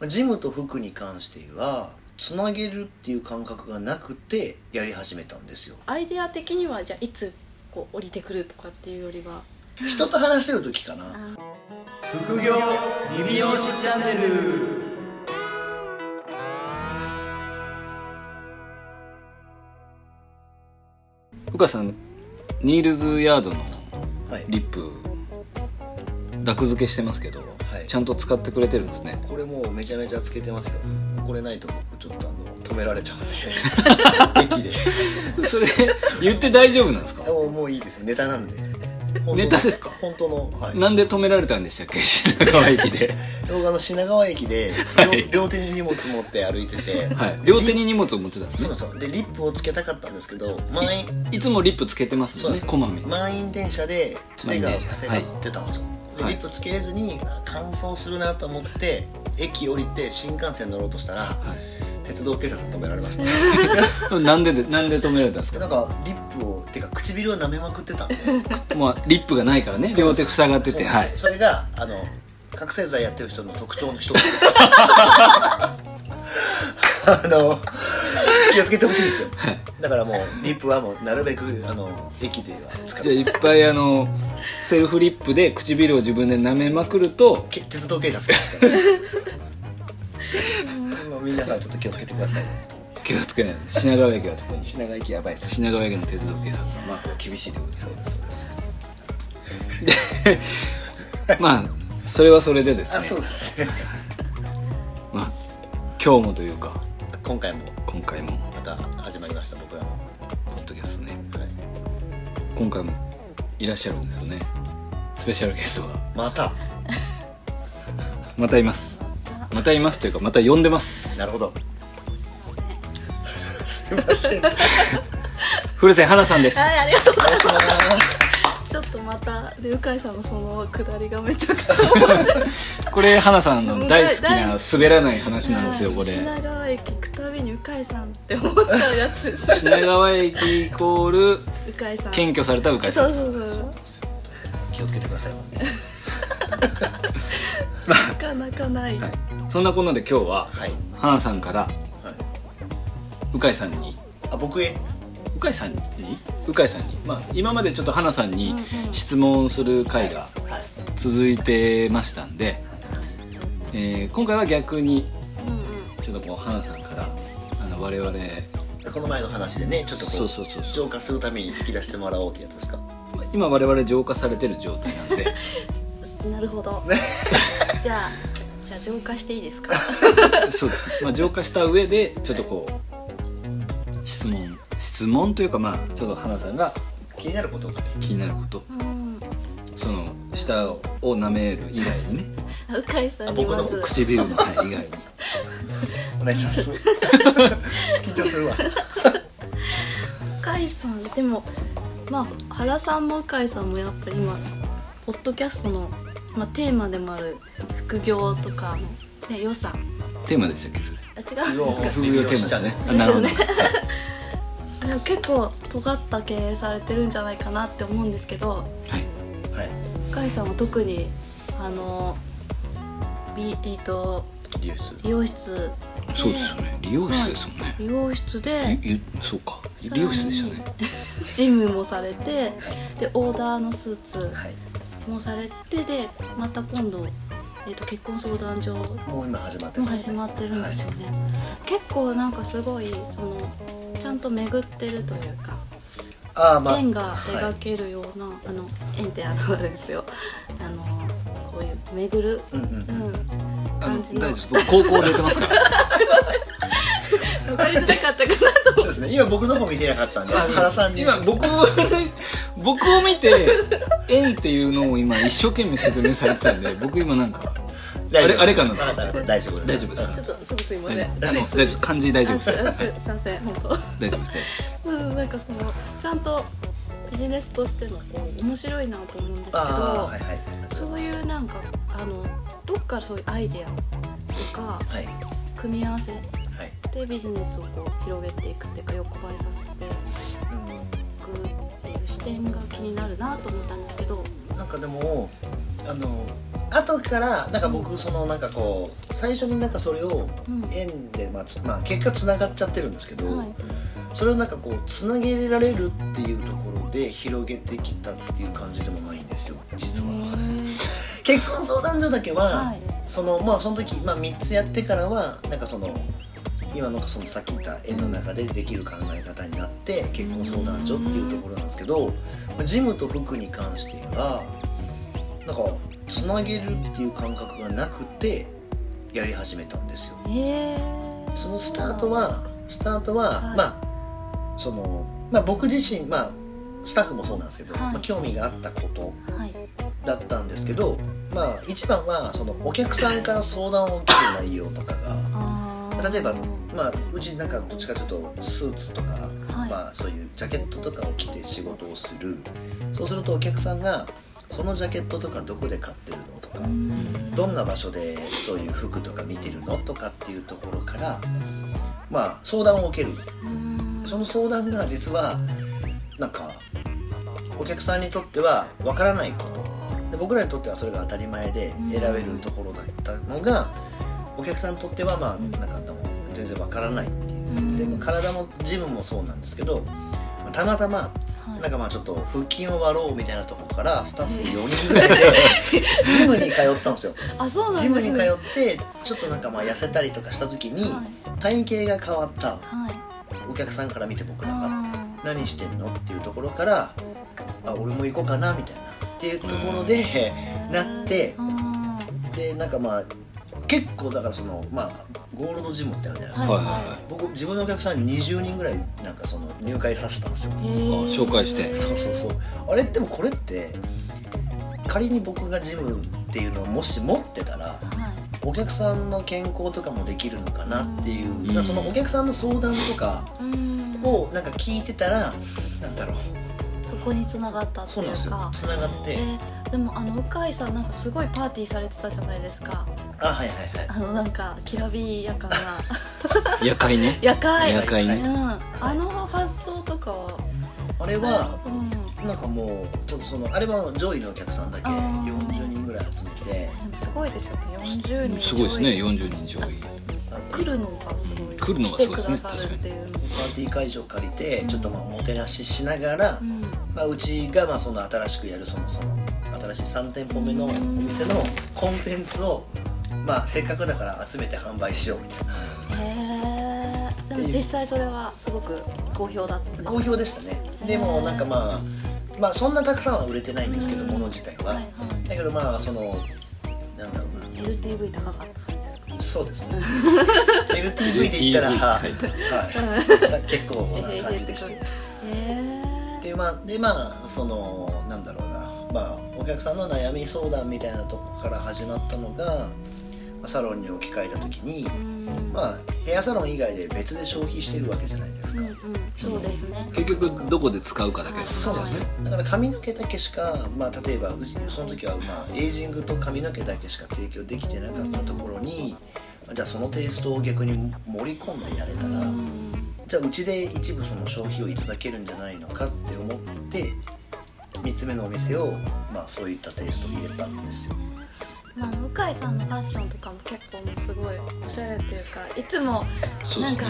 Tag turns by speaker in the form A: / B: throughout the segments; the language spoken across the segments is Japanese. A: まあジムと服に関してはつなげるっていう感覚がなくてやり始めたんですよ
B: アイデア的にはじゃあいつこう降りてくるとかっていうよりは
A: 人と話してる時かな
B: あ
C: 副業リビオシチャンネル
D: 深さんニールズヤードの
A: はい
D: リップダク付けしてますけど、
A: い
D: ちゃんと使ってくれてるんですね
A: これもうめちゃめちゃつけてますよこれないと僕ちょっとあの止められちゃうんで駅 で
D: それ言って大丈夫なんですか
A: あもうもういいですよネタなんで本当の
D: ネタですか
A: 本当のはい
D: なんで止められたんでしたっけ 品川駅で
A: 僕あの品川駅で両,、
D: はい
A: 手に荷物持って歩いてて、
D: はい両手に荷物を持ってたん
A: そ
D: です
A: う
D: ね
A: そうでリップをつけたかったんですけど満員
D: いつもリップつけてます
A: そ
D: よ
A: う
D: ね
A: です
D: こまめに
A: 満員電車でつてが防がってたんですよ、で
D: は
A: リ
D: い
A: ップつけれずにあ乾燥するなと思って駅降りて新幹線乗ろうとしたら、鉄道警察に止められ ました
D: なんででなんで止められたんです
A: なんかリップをてか唇を舐めまくってたんで
D: かまあリップがないからね両手塞がっててはい
A: それがあの覚醒剤やってる人の特徴の一つ ですあの気をつけてほしいんですよだからもうリップはもうなるべくあの駅では使っ
D: じゃあい
A: て
D: っぱいあのセルフリップで唇を自分で舐めまくると
A: け鉄道警察です からもうみんなからちょっと気をつけてください
D: 気をつけないと品川駅は特に
A: 品川駅やばいです
D: 品川駅の鉄道警察のマークが厳しいということ
A: そうですそう です
D: ですまあそれはそれでで
A: あ
D: す
A: そう
D: ね
A: ですね
D: まあ今日もというか
A: 今回も
D: 今回も
A: また始まりました僕らも、は
D: ポッドキャストね
A: い、
D: 今回もいらっしゃるんですよねスペシャルゲストが
A: また
D: またいますまたいますというかまた呼んでます
A: なるほどすいません
D: 古瀬花さんです
B: はいありがとうござい
A: お願いします
B: ますちょっとまたで鵜飼さんのその下りがめちゃくちゃ面白い
D: これ花さんの大好きな滑らない話なんですよこれ
B: 品川駅行くたびに鵜飼さんって思っちゃうやつです
D: 品川駅イコール
B: 鵜飼さん
D: 検挙された鵜飼さん
B: そうそうそう
A: 気をつけてください
B: なかなかない、
D: はい、そんなこんなで今日は
A: はい、
D: 花さんから
A: はい、
D: 鵜飼さんに
A: あ僕へ
D: 鵜飼さんに鵜飼さんに、まあ、今までちょっと花さんに質問する回が
A: はい
D: 続いてましたんで、えー今回は逆に
B: うんうん
D: ちょっとこう花さんからあの我々
A: この前の話でねちょっとこう
D: そうそうそうそう
A: 浄化するために引き出してもらおうってやつですか
D: 今我々浄化されてる状態なん で
B: なるほ どじゃあじゃあ浄化していいですか
D: そうですね、まあ、浄化した上でちょっとこう質問質問というかまあちょっと花さんが
A: 気になることがね
D: 気になること
B: うん
D: その舌を舐める以外にね
B: 鵜飼さんに
A: 僕の
B: まず
D: 唇の範囲以外に
A: お願いします緊張するわ
B: 鵜飼さんでもまあ原さんも鵜飼さんもやっぱり今ポッドキャストの、まあ、テーマでもある副業とかの、ね、良さ
D: テーマでしたっけそれ
B: あ違うんですか
D: 副業テーマだね
A: です
D: あなるほど、
B: でも結構尖った経営されてるんじゃないかなって思うんですけど
D: はい
A: はい
B: 深井さんは特にあの美えー、と
A: 理由室
B: 美容室
D: そうですよね理容室ですもんね、
B: 美容室
D: ゆ
B: で
D: ゆそうか理容室でしたね
B: ジムもされてでオーダーのスーツ
A: はい
B: もされてでまた今度、えー、と結婚相談所
A: もう今始まって
B: も
A: ます、ね、
B: 始まってるんですよね、結構なんかすごいそのちゃんと巡ってるというか
A: はい、ああまあ
B: 円が描
A: はい
B: けるような、あの円ってあのあれですよあのこういう巡る、
A: うんうん
B: うん、
D: あ
B: 感
D: の大
B: じ
D: 丈
B: の
D: 夫です僕高校出てますから
B: 分かりづらかったかなと
A: そうですね今僕の方見てなかったんで原さんに
D: 今僕 を僕を見て 円っていうのを今一生懸命説明されてたんで僕今なんか
A: 大丈夫
D: あれあれかな
A: わったわかった大丈夫
D: 大丈夫
B: ち
D: です
B: ょっとちょっとすいま
D: 大
B: せ
D: 丈
B: ん
D: 夫もう大丈夫漢字大丈夫
B: あ
D: ですす
B: す
D: はい
B: いません本
D: 大丈夫です大丈夫です
B: 当うんなんかそのちゃんとビジネスとしてのこう面白いなと思うんですけど、
A: ああはいはい
B: そういうなんかあのどっからそういうアイデアとか
A: はい
B: 組み合わせ
A: はい
B: でビジネスをこう広げていくっていうか横ばいさせて
A: う
B: くっていう視点が気になるなと思ったんですけど
A: んなんかでもあの後からなんか僕そのなんかこう最初になんかそれを
B: うん
A: 縁で、まあつまあ、結果つながっちゃってるんですけど、
B: はい
A: それをなんかこうつなげられるっていうところで広げてきたっていう感じでもないんですよ実は。結婚相談所だけは、
B: はい
A: そのまあその時、まあ、3つやってからはなんかその今のそのさっき言った縁の中でできる考え方になって結婚相談所っていうところなんですけどまあジムと服に関してはなんかつなげるっていう感覚がなくてやり始めたんですよ。
B: へえ
A: そのスタートはスタートは、
B: はい
A: まあそのまあ僕自身まあスタッフもそうなんですけど、
B: はい
A: まあ、興味があったこと
B: はい
A: だったんですけどまあ一番はそのお客さんから相談を受ける内容とかが
B: あー
A: 例えば、まあ、うちなんかどっちかというとスーツとか、
B: はい
A: まあ、そういうジャケットとかを着て仕事をするそうするとお客さんが「そのジャケットとかどこで買ってるの?」とか
B: う
D: うんん
A: どんな場所でそういう服とか見てるのとかっていうところから、まあ、相談を受ける
B: うん
A: その相談が実はなんかお客さんにとってはわからないことで僕らにとってはそれが当たり前で選べるところだったのがお客さんにとってはまあなんかもう全然わからないっていうでまあ体もジムもそうなんですけどまあたまたま
B: はい
A: なんかまあちょっと腹筋を割ろうみたいなところからスタッフ4人ぐ らいでジムに通ったんですよ
B: あそうな
A: ジ
B: ん
A: ム
B: で
A: に
B: す
A: 通
B: ね
A: ってちょっとなんかまあ痩せたりとかした時に体型が変わった
B: はい
A: お客さんから見て僕らが
B: あ
A: 何してんのっていうところからあ俺も行こうかなみたいなっていうところで
B: ー
A: なって
B: あ
A: でなんかまあ結構だからそのまあゴールドジムってあるじゃないです
B: ー
A: か、
D: はいはい
B: は
A: 僕自分のお客さんに20人ぐらいなんかその入会させたんですよ、
B: いへー
D: あ紹介して
A: そうそうそうあれでもこれって仮に僕がジムっていうのをもし持ってたら
B: はい
A: お客さんの健康とかもできるのかなっていう、
D: ん
A: だからそのお客さんの相談とか
B: うん
A: をなんか聞いてたらなんだろう
B: そこに繋がったって
A: そう
B: い
A: なん
B: う
A: ですよ
B: か
A: つながって、
B: えーでもあの向井さんなんかすごいパーティーされてたじゃないですか
A: あはいはいはい
B: あのなんかきらびやかな
D: 夜会ね
B: 夜会
D: 夜
B: う
D: 会
B: ん、
D: ね
B: あの発想とかは、
A: あれは
B: うん、で
A: なんかもうちょっとそのあれは上位のお客さんだけ
B: あー
A: 40人ぐらい集めて
B: もすごいですよね40人
D: すごいですね
B: 上位
D: 40人上位
A: あの
B: 来るのがすごい、
D: 来るのがすごいですね
B: 来てくださるっていうの
A: パーティー会場借りてちょっとまあおもてなししながら、
B: うん
A: まあ、うちがまあその新しくやるそのその新しい3店舗目のお店のコンテンツをまあせっかくだから集めて販売しようみたいな
B: へーでも実際それはすごく好評だったんです
A: 好評でしたねでもなんかまあまあそんなたくさんは売れてないんですけど物自体は、
B: はいはい
A: だけどまあそのなんだろうな
B: LTV 高かった感じですか
A: そうですね。LTV で言ったら、
D: LTV
A: はい、はい結構な感じでした。
B: え
A: で、まあ、で、まあ、その、なんだろうな、まあ、お客さんの悩み相談みたいなとこから始まったのが。まあサロンに置き換えた時に、まあ、ヘアサロン以外で別で消費してるわけじゃないです
B: う
A: か。
B: んうん、そうですね
D: 結局どこで使うかだけです
A: そう
D: ね
A: ですねだから髪の毛だけしか、まあ、例えばうちその時は、まあ、エイジングと髪の毛だけしか提供できてなかったところに、まあじゃあそのテイストを逆に盛り込んでやれたら、じゃあうちで一部その消費をいただけるんじゃないのかって思って3つ目のお店を、まあ、そういったテイストに入れたんですよ。
B: まあ、向井さんのファッションとかも結構もうすごいおしゃれっていうかいつも
D: そうで
B: なん
D: す
B: か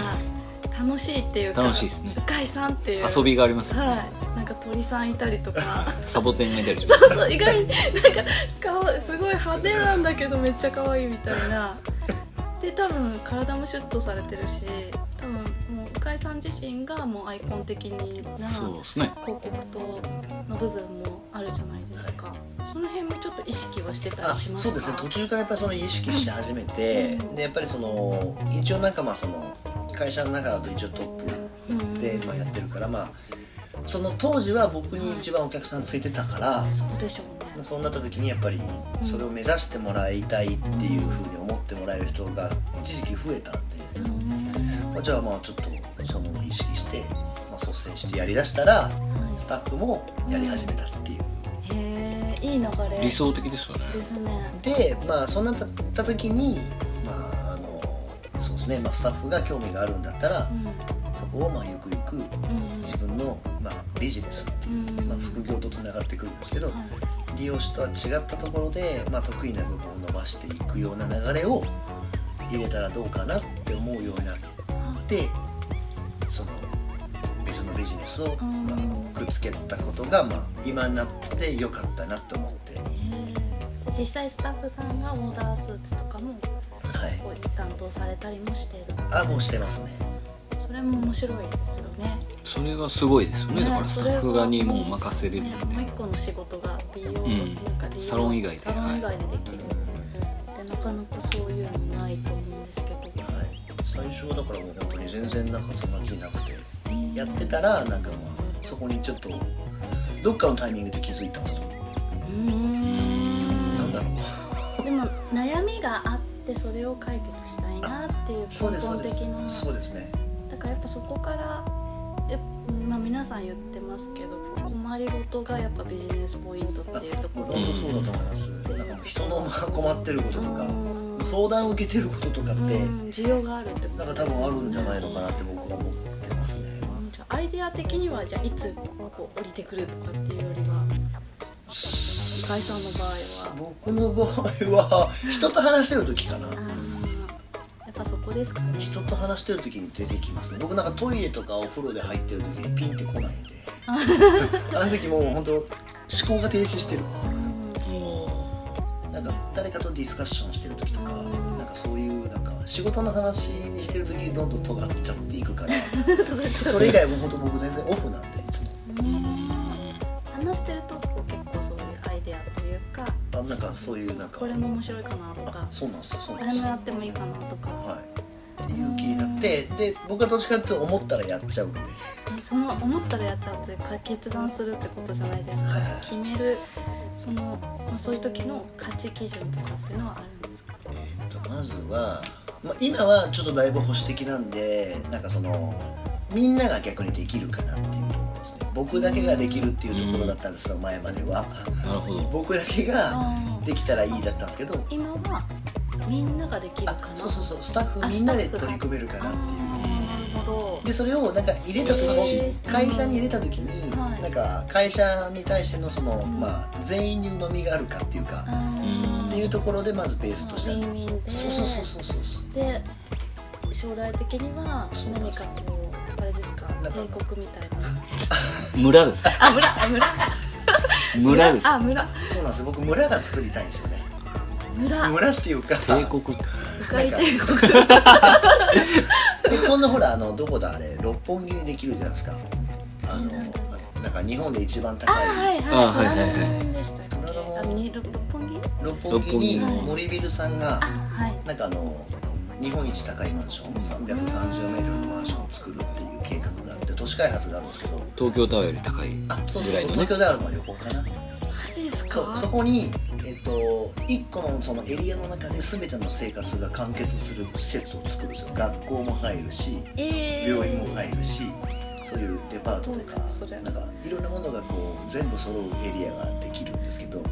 D: ね
B: 楽しいっていうか
D: 楽しいですね
B: 向井さんっていう
D: 遊びがありますよね
B: はいなんか鳥さんいたりとか
D: サボテンがいたりしま
B: そうそう意外になんか顔すごい派手なんだけどめっちゃ可愛いみたいなで多分体もシュッとされてるし多分もう向井さん自身がもうアイコン的な
D: すそうですね
B: 広告塔の部分もあるじゃないですか、その辺もちょっと意識はしてた
A: あ
B: りしま
A: そ
B: す
A: うで
B: か
A: すね途中からやっぱりその意識し始めて、
B: うん
A: でやっぱりその一応なんかまあその会社の中だと一応トップ
B: うん
A: で、まあ、やってるからまあその当時は僕に一番お客さんついてたから、
B: そうでしょう
A: まあ
B: ね
A: そうなった時にやっぱりそれを目指してもらいたいっていうふうに思ってもらえる人が一時期増えたんで、まあ、じゃあまあちょっとその意識して、まあ、率先してやりだしたら
B: はい
A: スタッフもやり始めたっていう。
B: へえいい流れ
D: 理想的ですよね
B: ですね
A: でまあそうなった時にまああのそうですね、まあ、スタッフが興味があるんだったら
B: う、ん
A: そこをまあゆくゆく
B: うん
A: 自分の、まあ、ビジネスっていう、
B: うん
A: まあ、副業とつながってくるんですけど、
B: はい
A: 理容師とは違ったところで、まあ、得意な部分を伸ばしていくような流れを入れたらどうかなって思うようになってその別のビジネスを、
B: うん
A: まあ、くっつけたことが、まあ、今になってよかったなと思って、は
B: 実際スタッフさんがオーダースーツとかも
A: い、
B: こう担当されたりもしている
A: あもうしてますね
B: それも面白いですよね
D: それがすごいですよねだからス
B: そ
D: タ
B: れ
D: ッ
B: が
D: フ側にもう任せれるん
B: ね
D: で
B: もう一個の仕事が美容っていうか、
D: うん
B: 美容
D: サロン以外で
B: サロン以外でできる、でなかなかそういうのないと思うんですけど、
A: はい、最初はだからもう本当に全然なんかそんな気なくてやってたらなんかまあそこにちょっとどっかのタイミングで気づいたんですよ、
B: うーん
A: なんだろう
B: でも悩みがあってそれを解決したいなっていう
A: そうで
B: 根
A: すそう
B: 本
A: で
B: 的
A: す
B: な
A: そうですね
B: だからやっぱそこからやっぱまあ皆さん言ってますけど困りごとがやっぱビジネスポイント
A: あ
B: っていうとこ
A: もう
B: ろ
A: 本当そうだと思います、なんかもう人の困ってることとか、
B: うん
A: 相談を受けてることとかって、
B: うん需要があるってこと
A: なんか
B: です
A: 多
B: よね
A: 分あるんじゃないのかなって僕は思ってますね
B: うんじゃあアイデア的にはじゃあいつこう降りてくるとかっていうよりは解散の場合は
A: 僕の場合は人と話してる時かな
B: あーやっぱそこですかね
A: 人と話してる時に出てきますね僕なんかトイレとかお風呂で入ってる時にピンって来 ないんであの時もう本当思考が停止してるなんか誰かとディスカッションしてる時とかなんかそういうなんか仕事の話にしてる時にどんどん尖っちゃっていくからそれ以外も本当僕全然オフなんでいつも
B: 話してるとこう結構そういうアイデアというか
A: あなんかそういうなんか
B: これも面白いかなと
A: あ
B: か
A: そうなんですよそう
B: あ
A: なん
B: れ
A: ですよ
B: もやってもいいかなとか
A: はいっていう気になってで僕はどっちかっていうと思ったらやっちゃうんで
B: その思ったらやっちゃうというか決断するってことじゃないですか
A: はいはい
B: 決めるその、まあ、そういう時の価値基準とかっていうのはあるんですか
A: えっとまずは、まあ、今はちょっとだいぶ保守的なんでなんかそのみんなが逆にできるかなっていうところですね僕だけができるっていうところだったんですよ、前までは
D: なるほど
A: 僕だけが
B: あー
A: できたらいいだったんですけど
B: 今はみんなができるか
A: あ
B: な
A: そうそうそうスタッフ
B: あ
A: みんなで
B: スタッフが
A: 取り組めるかなっていう
B: あーなるほ
A: でそれをなんか入れた時
D: 優し
A: に
D: い
A: 会社に入れた時に、
B: はい
A: なんか会社に対してのその、まあ、全員にうまみがあるかっていうか、
B: どうん
A: っていうところでまずベースとしてあ
B: ウ
A: る
B: ィンウィンで
A: そうそうそうそうそうそう
B: で将来的には
A: そうなん
B: 何
A: です
B: かこうあれですか
A: なんか
B: 帝国みたいな
D: 村です
B: あ村あ村
D: 村です
B: あ村
A: そうなんですよ僕村が作りたいんですよね
B: 村
A: 村っていうか
D: 帝国
B: 深い帝国
A: でこんなほらあのどこだあれ六本木にできるじゃないですかあのあなんか日本で一番
B: あ
A: 高い
B: はい
D: あ
B: は
D: はいいはいはい
B: 虎ノ門でしたっけ
A: 虎ノ門
B: あに六六本木
A: 六本木に
D: 六本木の
A: 森ビルさんが
B: あはい
A: なんかあの日本一高いマンション 330m のマンションを作るっていう計画があって都市開発があるんですけど
D: 東京タワーより高いぐ
A: あそうそう
D: ら
A: そう
D: い
A: 東
D: のね
A: 京であるのは横かな
B: マジです
A: そ
B: か
A: うそこに、えっと、1個のそのエリアの中で全ての生活が完結する施設を作るんですよ学校も入るし
B: ええ
A: 病院も入るしそういうデパートとか
B: それ
A: なんかいろんなものがこう全部揃うエリアができるんですけど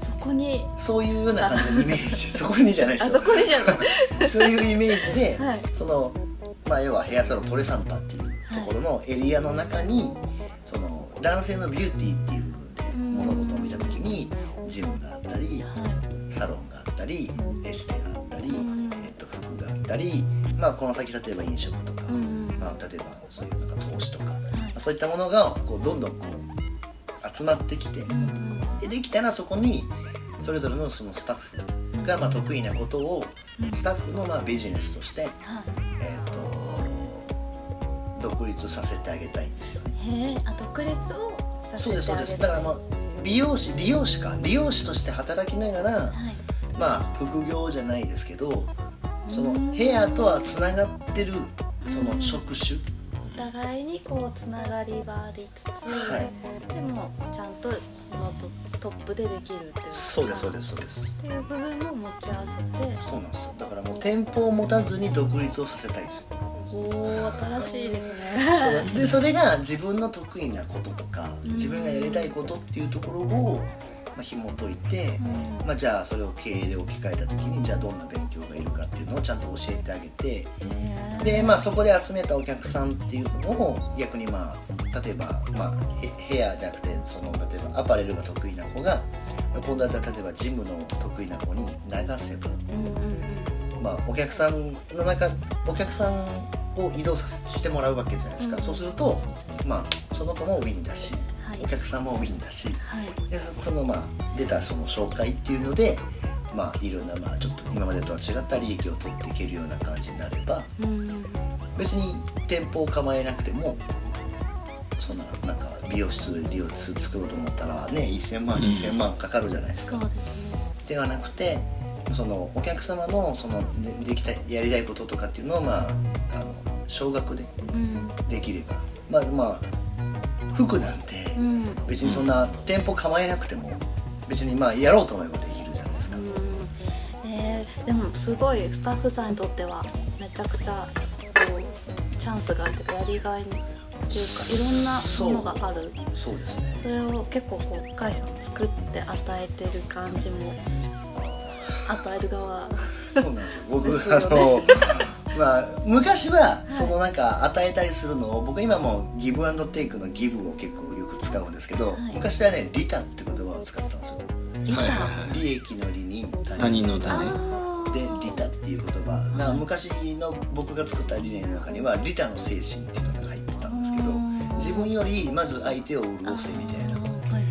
B: そこに
A: そういうような感じのイメー ジそこにじゃないで
B: あ
A: す
B: そ
A: よ
B: こにじゃない
A: そういうイメージで、
B: はい
A: その、まあ、要はヘアサロントレサンパっていうところのエリアの中に、その男性のビューティーっていう部分で
B: ん
A: 物事を見た時にジムがあったり。
B: はい
A: サロンがあったりエステがあったり、
B: ん
A: えっと服があったり、まあ、この先例えば飲食とか、
B: うん
A: まあ、例えばそういうなんか投資とか、まあそういったものがこうどんどんこう集まってきてでできたらそこにそれぞれのそのスタッフがまあ得意なことをスタッフのまあビジネスとして、
B: は
A: えっと独立させてあげたいんですよね。
B: いへえあ独立をさせ
A: そう
B: てあげ
A: ですそうですだからまあ美容師理容師か理容師として働きながら、
B: はい
A: まあ副業じゃないですけどそのヘアとはつながってるその職種
B: お互いにこうつながりはありつつ、
A: はい
B: でもちゃんとそのトトップでできるっていうか
A: そうですそうですそうです
B: っていう部分も持ち合わせて
A: そうなんですよだからもう店舗を持たずに独立をさせたいんですよ
B: おお新しいですね
A: そのでそれが自分の得意なこととか自分がやりたいことっていうところを、まあ、紐解いて、まあ、じゃあそれを経営で置き換えた時にじゃあどんな勉強がいるかっていうのをちゃんと教えてあげてで、まあ、そこで集めたお客さんっていうのを逆に、まあ、例えば、まあ、ヘヘアじゃなくてその例えばアパレルが得意な子がこんな例えばジムの得意な子に流せば、
B: うんうんうん
A: まあ、お客さんの中お客さんを移動させしてもらうわけじゃないですか、
B: うん
A: そうすると、まあ、その子もウィンだし、
B: はい
A: お客さんもウィンだし
B: はい
A: でそその、まあ、出たその紹介っていうので、まあ、いろんな、まあ、ちょっと今までとは違った利益を取っていけるような感じになれば
B: うんうん
A: 別に店舗を構えなくてもそんななんか美容室美容室作ろうと思ったらね1000万
D: うん
A: 2000万かかるじゃないですか。
B: そうですね
A: ではなくてそのお客様のそのでできたやりたいこととかっていうのをまああの少額で
B: うん
A: できればまあまあ服なんて
B: うん
A: 別にそんな店舗構えなくても別にまあやろうと思えばできるじゃないですか、
B: うんえーでもすごいスタッフさんにとってはめちゃくちゃこうチャンスがあってやりがいっていうかいろんなものがある
A: そうですね
B: それを結構こう甲斐さん作って与えてる感じも
A: あ
B: 与える側
A: ーそうなんですよ僕
B: ですよ
A: あ
B: ね
A: のまあ昔はそのなんか与えたりするのを僕今もギブアンドテイクのギブを結構よく使うんですけど、
B: はい
A: 昔はねリタって言葉を使ってたんですよ
B: リタ
D: はいはいはい
A: 利益の利に
D: 他人の他ね
B: あー
A: でリタっていう言葉だから昔の僕が作った理念の中にはリタの精神っていうのが入ってたんですけど自分よりまず相手を潤せみたいな
B: あーはいはい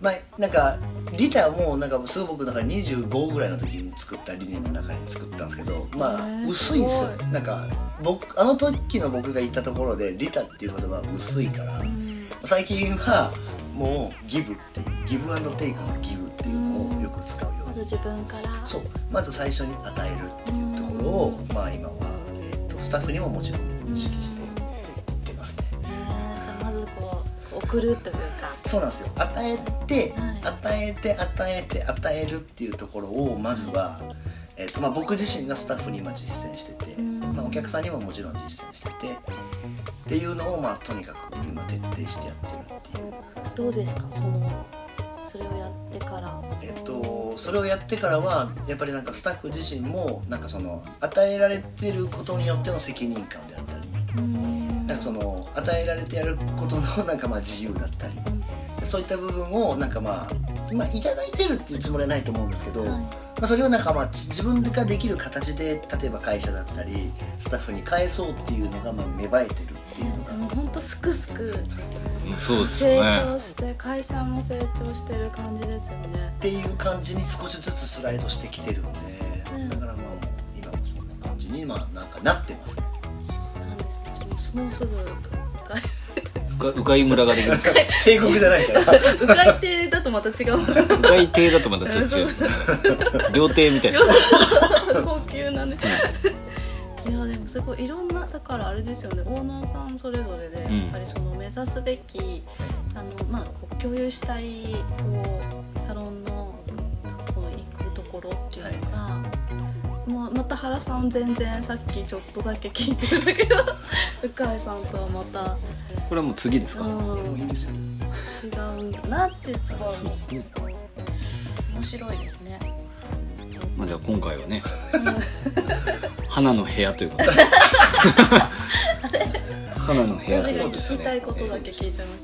A: まあなんかリタもなんかすごい僕だから25ぐらいの時に作った理念の中に作ったんですけどま
B: へ
A: あ
B: ー
A: 薄いんですよ
B: すご
A: なんか僕あの時の僕が言ったところでリタっていう言葉は薄いから
B: うん
A: 最近はもうギブっていうギブアンドテイクのギブっていうのをよく使うように
B: まず自分から
A: そうまず最初に与えるっていうところを、まあ今は、えー、とスタッフにももちろん認識していってますね
B: えーじゃあまずこう送るというか
A: そうなんですよ与えて、
B: はい
A: 与えて与えて与えるっていうところをまずは、えーとまあ、僕自身がスタッフに今実践してて、
B: うん
A: まあ、お客さんにももちろん実践しててっていうのを、まあ、とにかく今徹底してやってるっていう。
B: どうですかそのそれをやってから
A: えっと、それをやってからはやっぱりなんかスタッフ自身もなんかその与えられてることによっての責任感であったり
B: うん
A: なんかその与えられてやることのなんかまあ自由だったりそういった部分をなんかまあ、まあ、いただいてるっていうつもりはないと思うんですけど、
B: はい
A: まあ、それをなんかまあち自分ができる形で例えば会社だったりスタッフに返そうっていうのがまあ芽生えてるっていうのが
B: もうほんとすくすく
D: そうです
B: 成
D: よ
B: 長
D: ね
B: して会社も成長してる感じですよね
A: っていう感じに少しずつスライドしてきてるんで、
B: うん
A: だからまあもう今もそんな感じにまあなんかなってますね
B: なんですけどもうすぐ迂回
D: うかうかい村ができるんですよ
A: 帝国じゃないから
B: 迂回ってだとまた違う
D: うかい亭だとまたそっ ち違う料亭みたいな
B: 高級なねいやでもすごいいろんなだからあれですよねオーナーさんそれぞれで
D: うん
B: やっぱりその目指すべきあのまあこう共有したいこうサロンのこう行くところっていうのが、もうまた原さん全然さっきちょっとだけ聞いてたけど鵜飼さんとはまた
D: これはもう次ですか
B: うん
A: いいんですよ
B: 違うんだなってすごい
D: そうですね
B: 面白いですね。
D: まあじゃあ今回 はね花の部屋ということで花の部屋とい
B: 私
D: う
B: が
D: ことで
B: 聞
D: すよ
B: きたい
D: ね
B: ことだけ聞いちゃいま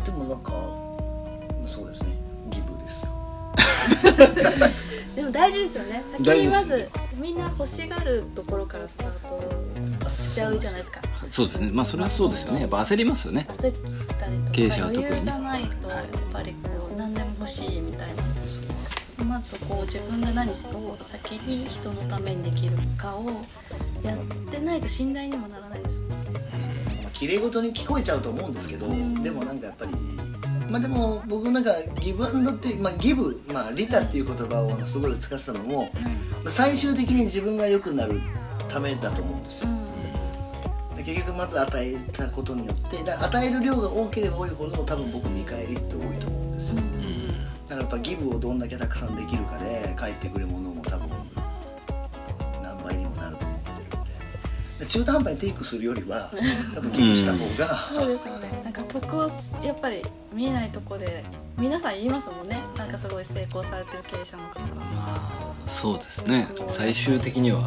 B: し
A: でもなんかそうですねギブですよ
B: た。でも大事ですよね。先にまずみんな欲しがるところからスタートしちゃうじゃないですか。
D: そうですねまあそれはそうですよねやっぱ焦りますよね
B: 焦ったりとか
D: 経営者は特にね
B: 余裕がないと
D: はい
B: やっぱりこう何でも欲しいみたいなまずそこを自分が何を先に人のためにできるかをやってないと信頼にもならないですもん
A: まあ綺麗事に聞こえちゃうと思うんですけどでもなんかやっぱりまあでも僕なんかギブアンドってまあギブまあリタっていう言葉をすごい使ってたのもまあ最終的に自分が良くなるためだと思うんですよで結局まず与えたことによってだ与える量が多ければ多いほど多分僕見返りって多いと思うんですよ
D: うん
A: だからやっぱギブをどんだけたくさんできるかで返ってくるものも多分何倍にもなると思ってるんでで中途半端にテイクするよりは多分ギブした方
B: そう
A: が、
B: ですよねなんか得をやっぱり見えないとこで皆さん言いますもんねなんかすごい成功されてる経営者の方は
D: まあそうですね最終的には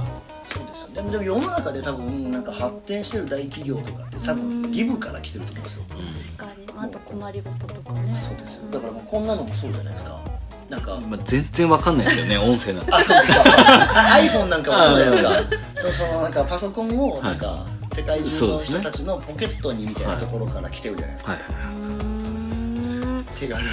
A: そうですよねでもでも世の中で多分なんか発展してる大企業とかって多分義務から来てると思うんですよ、
B: 確かにまああと困りごととかね
A: そうですよだからもうこんなのもそうじゃないですかなんか
D: まあ、全然わかんないですよ ね音声なんて
A: あそうかあ iPhone なんかもそうじゃないですかそうそのなんかパソコンをなんか、世界中
D: そう
A: の
D: ですね
A: 人たちのポケットにみたいなところから来てるじゃないですか、
D: はい、
B: うん
A: 手軽に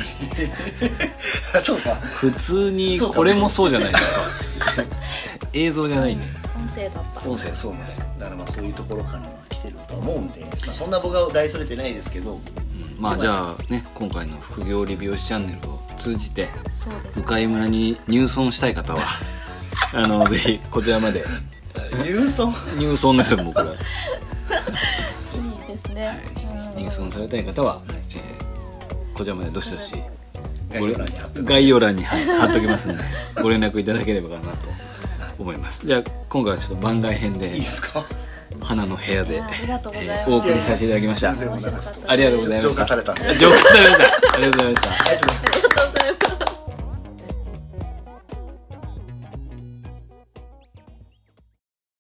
A: あそうか
D: 普通に
A: そうか
D: これもそうじゃないですか 映像じゃないんで
B: 音声だった
D: 音声です
A: そうなんですよだからまあそういうところからは来てるとは思うんで、まあ、そんな僕は大それてないですけど
D: まあじゃあね今回の副業理美容師チャンネルを通じて
B: そうです
D: 鵜飼村に入村したい 方はあのぜひこちらまで
A: 郵送
D: 入村ですよ僕ら
B: いいですね、
D: 入村されたい方は、えーこちらまでどしどし
A: 概
D: ご
A: 要
D: れ
A: 欄に貼っておく
D: 概要欄にはい貼っときますんでご連絡いただければかなと思いますじゃあ今回はちょっと番外編で
A: いいですか
D: 花の部屋で
B: いやありがとうございます
D: えーお送りさせていただきました
A: 全然ございます
D: ありがとうございま
A: 浄
D: し
A: 化
D: た
A: されたんであり
D: 浄化されましたありがとうご
A: がとうご
D: ざいました
A: ざいます
B: ありがとうございます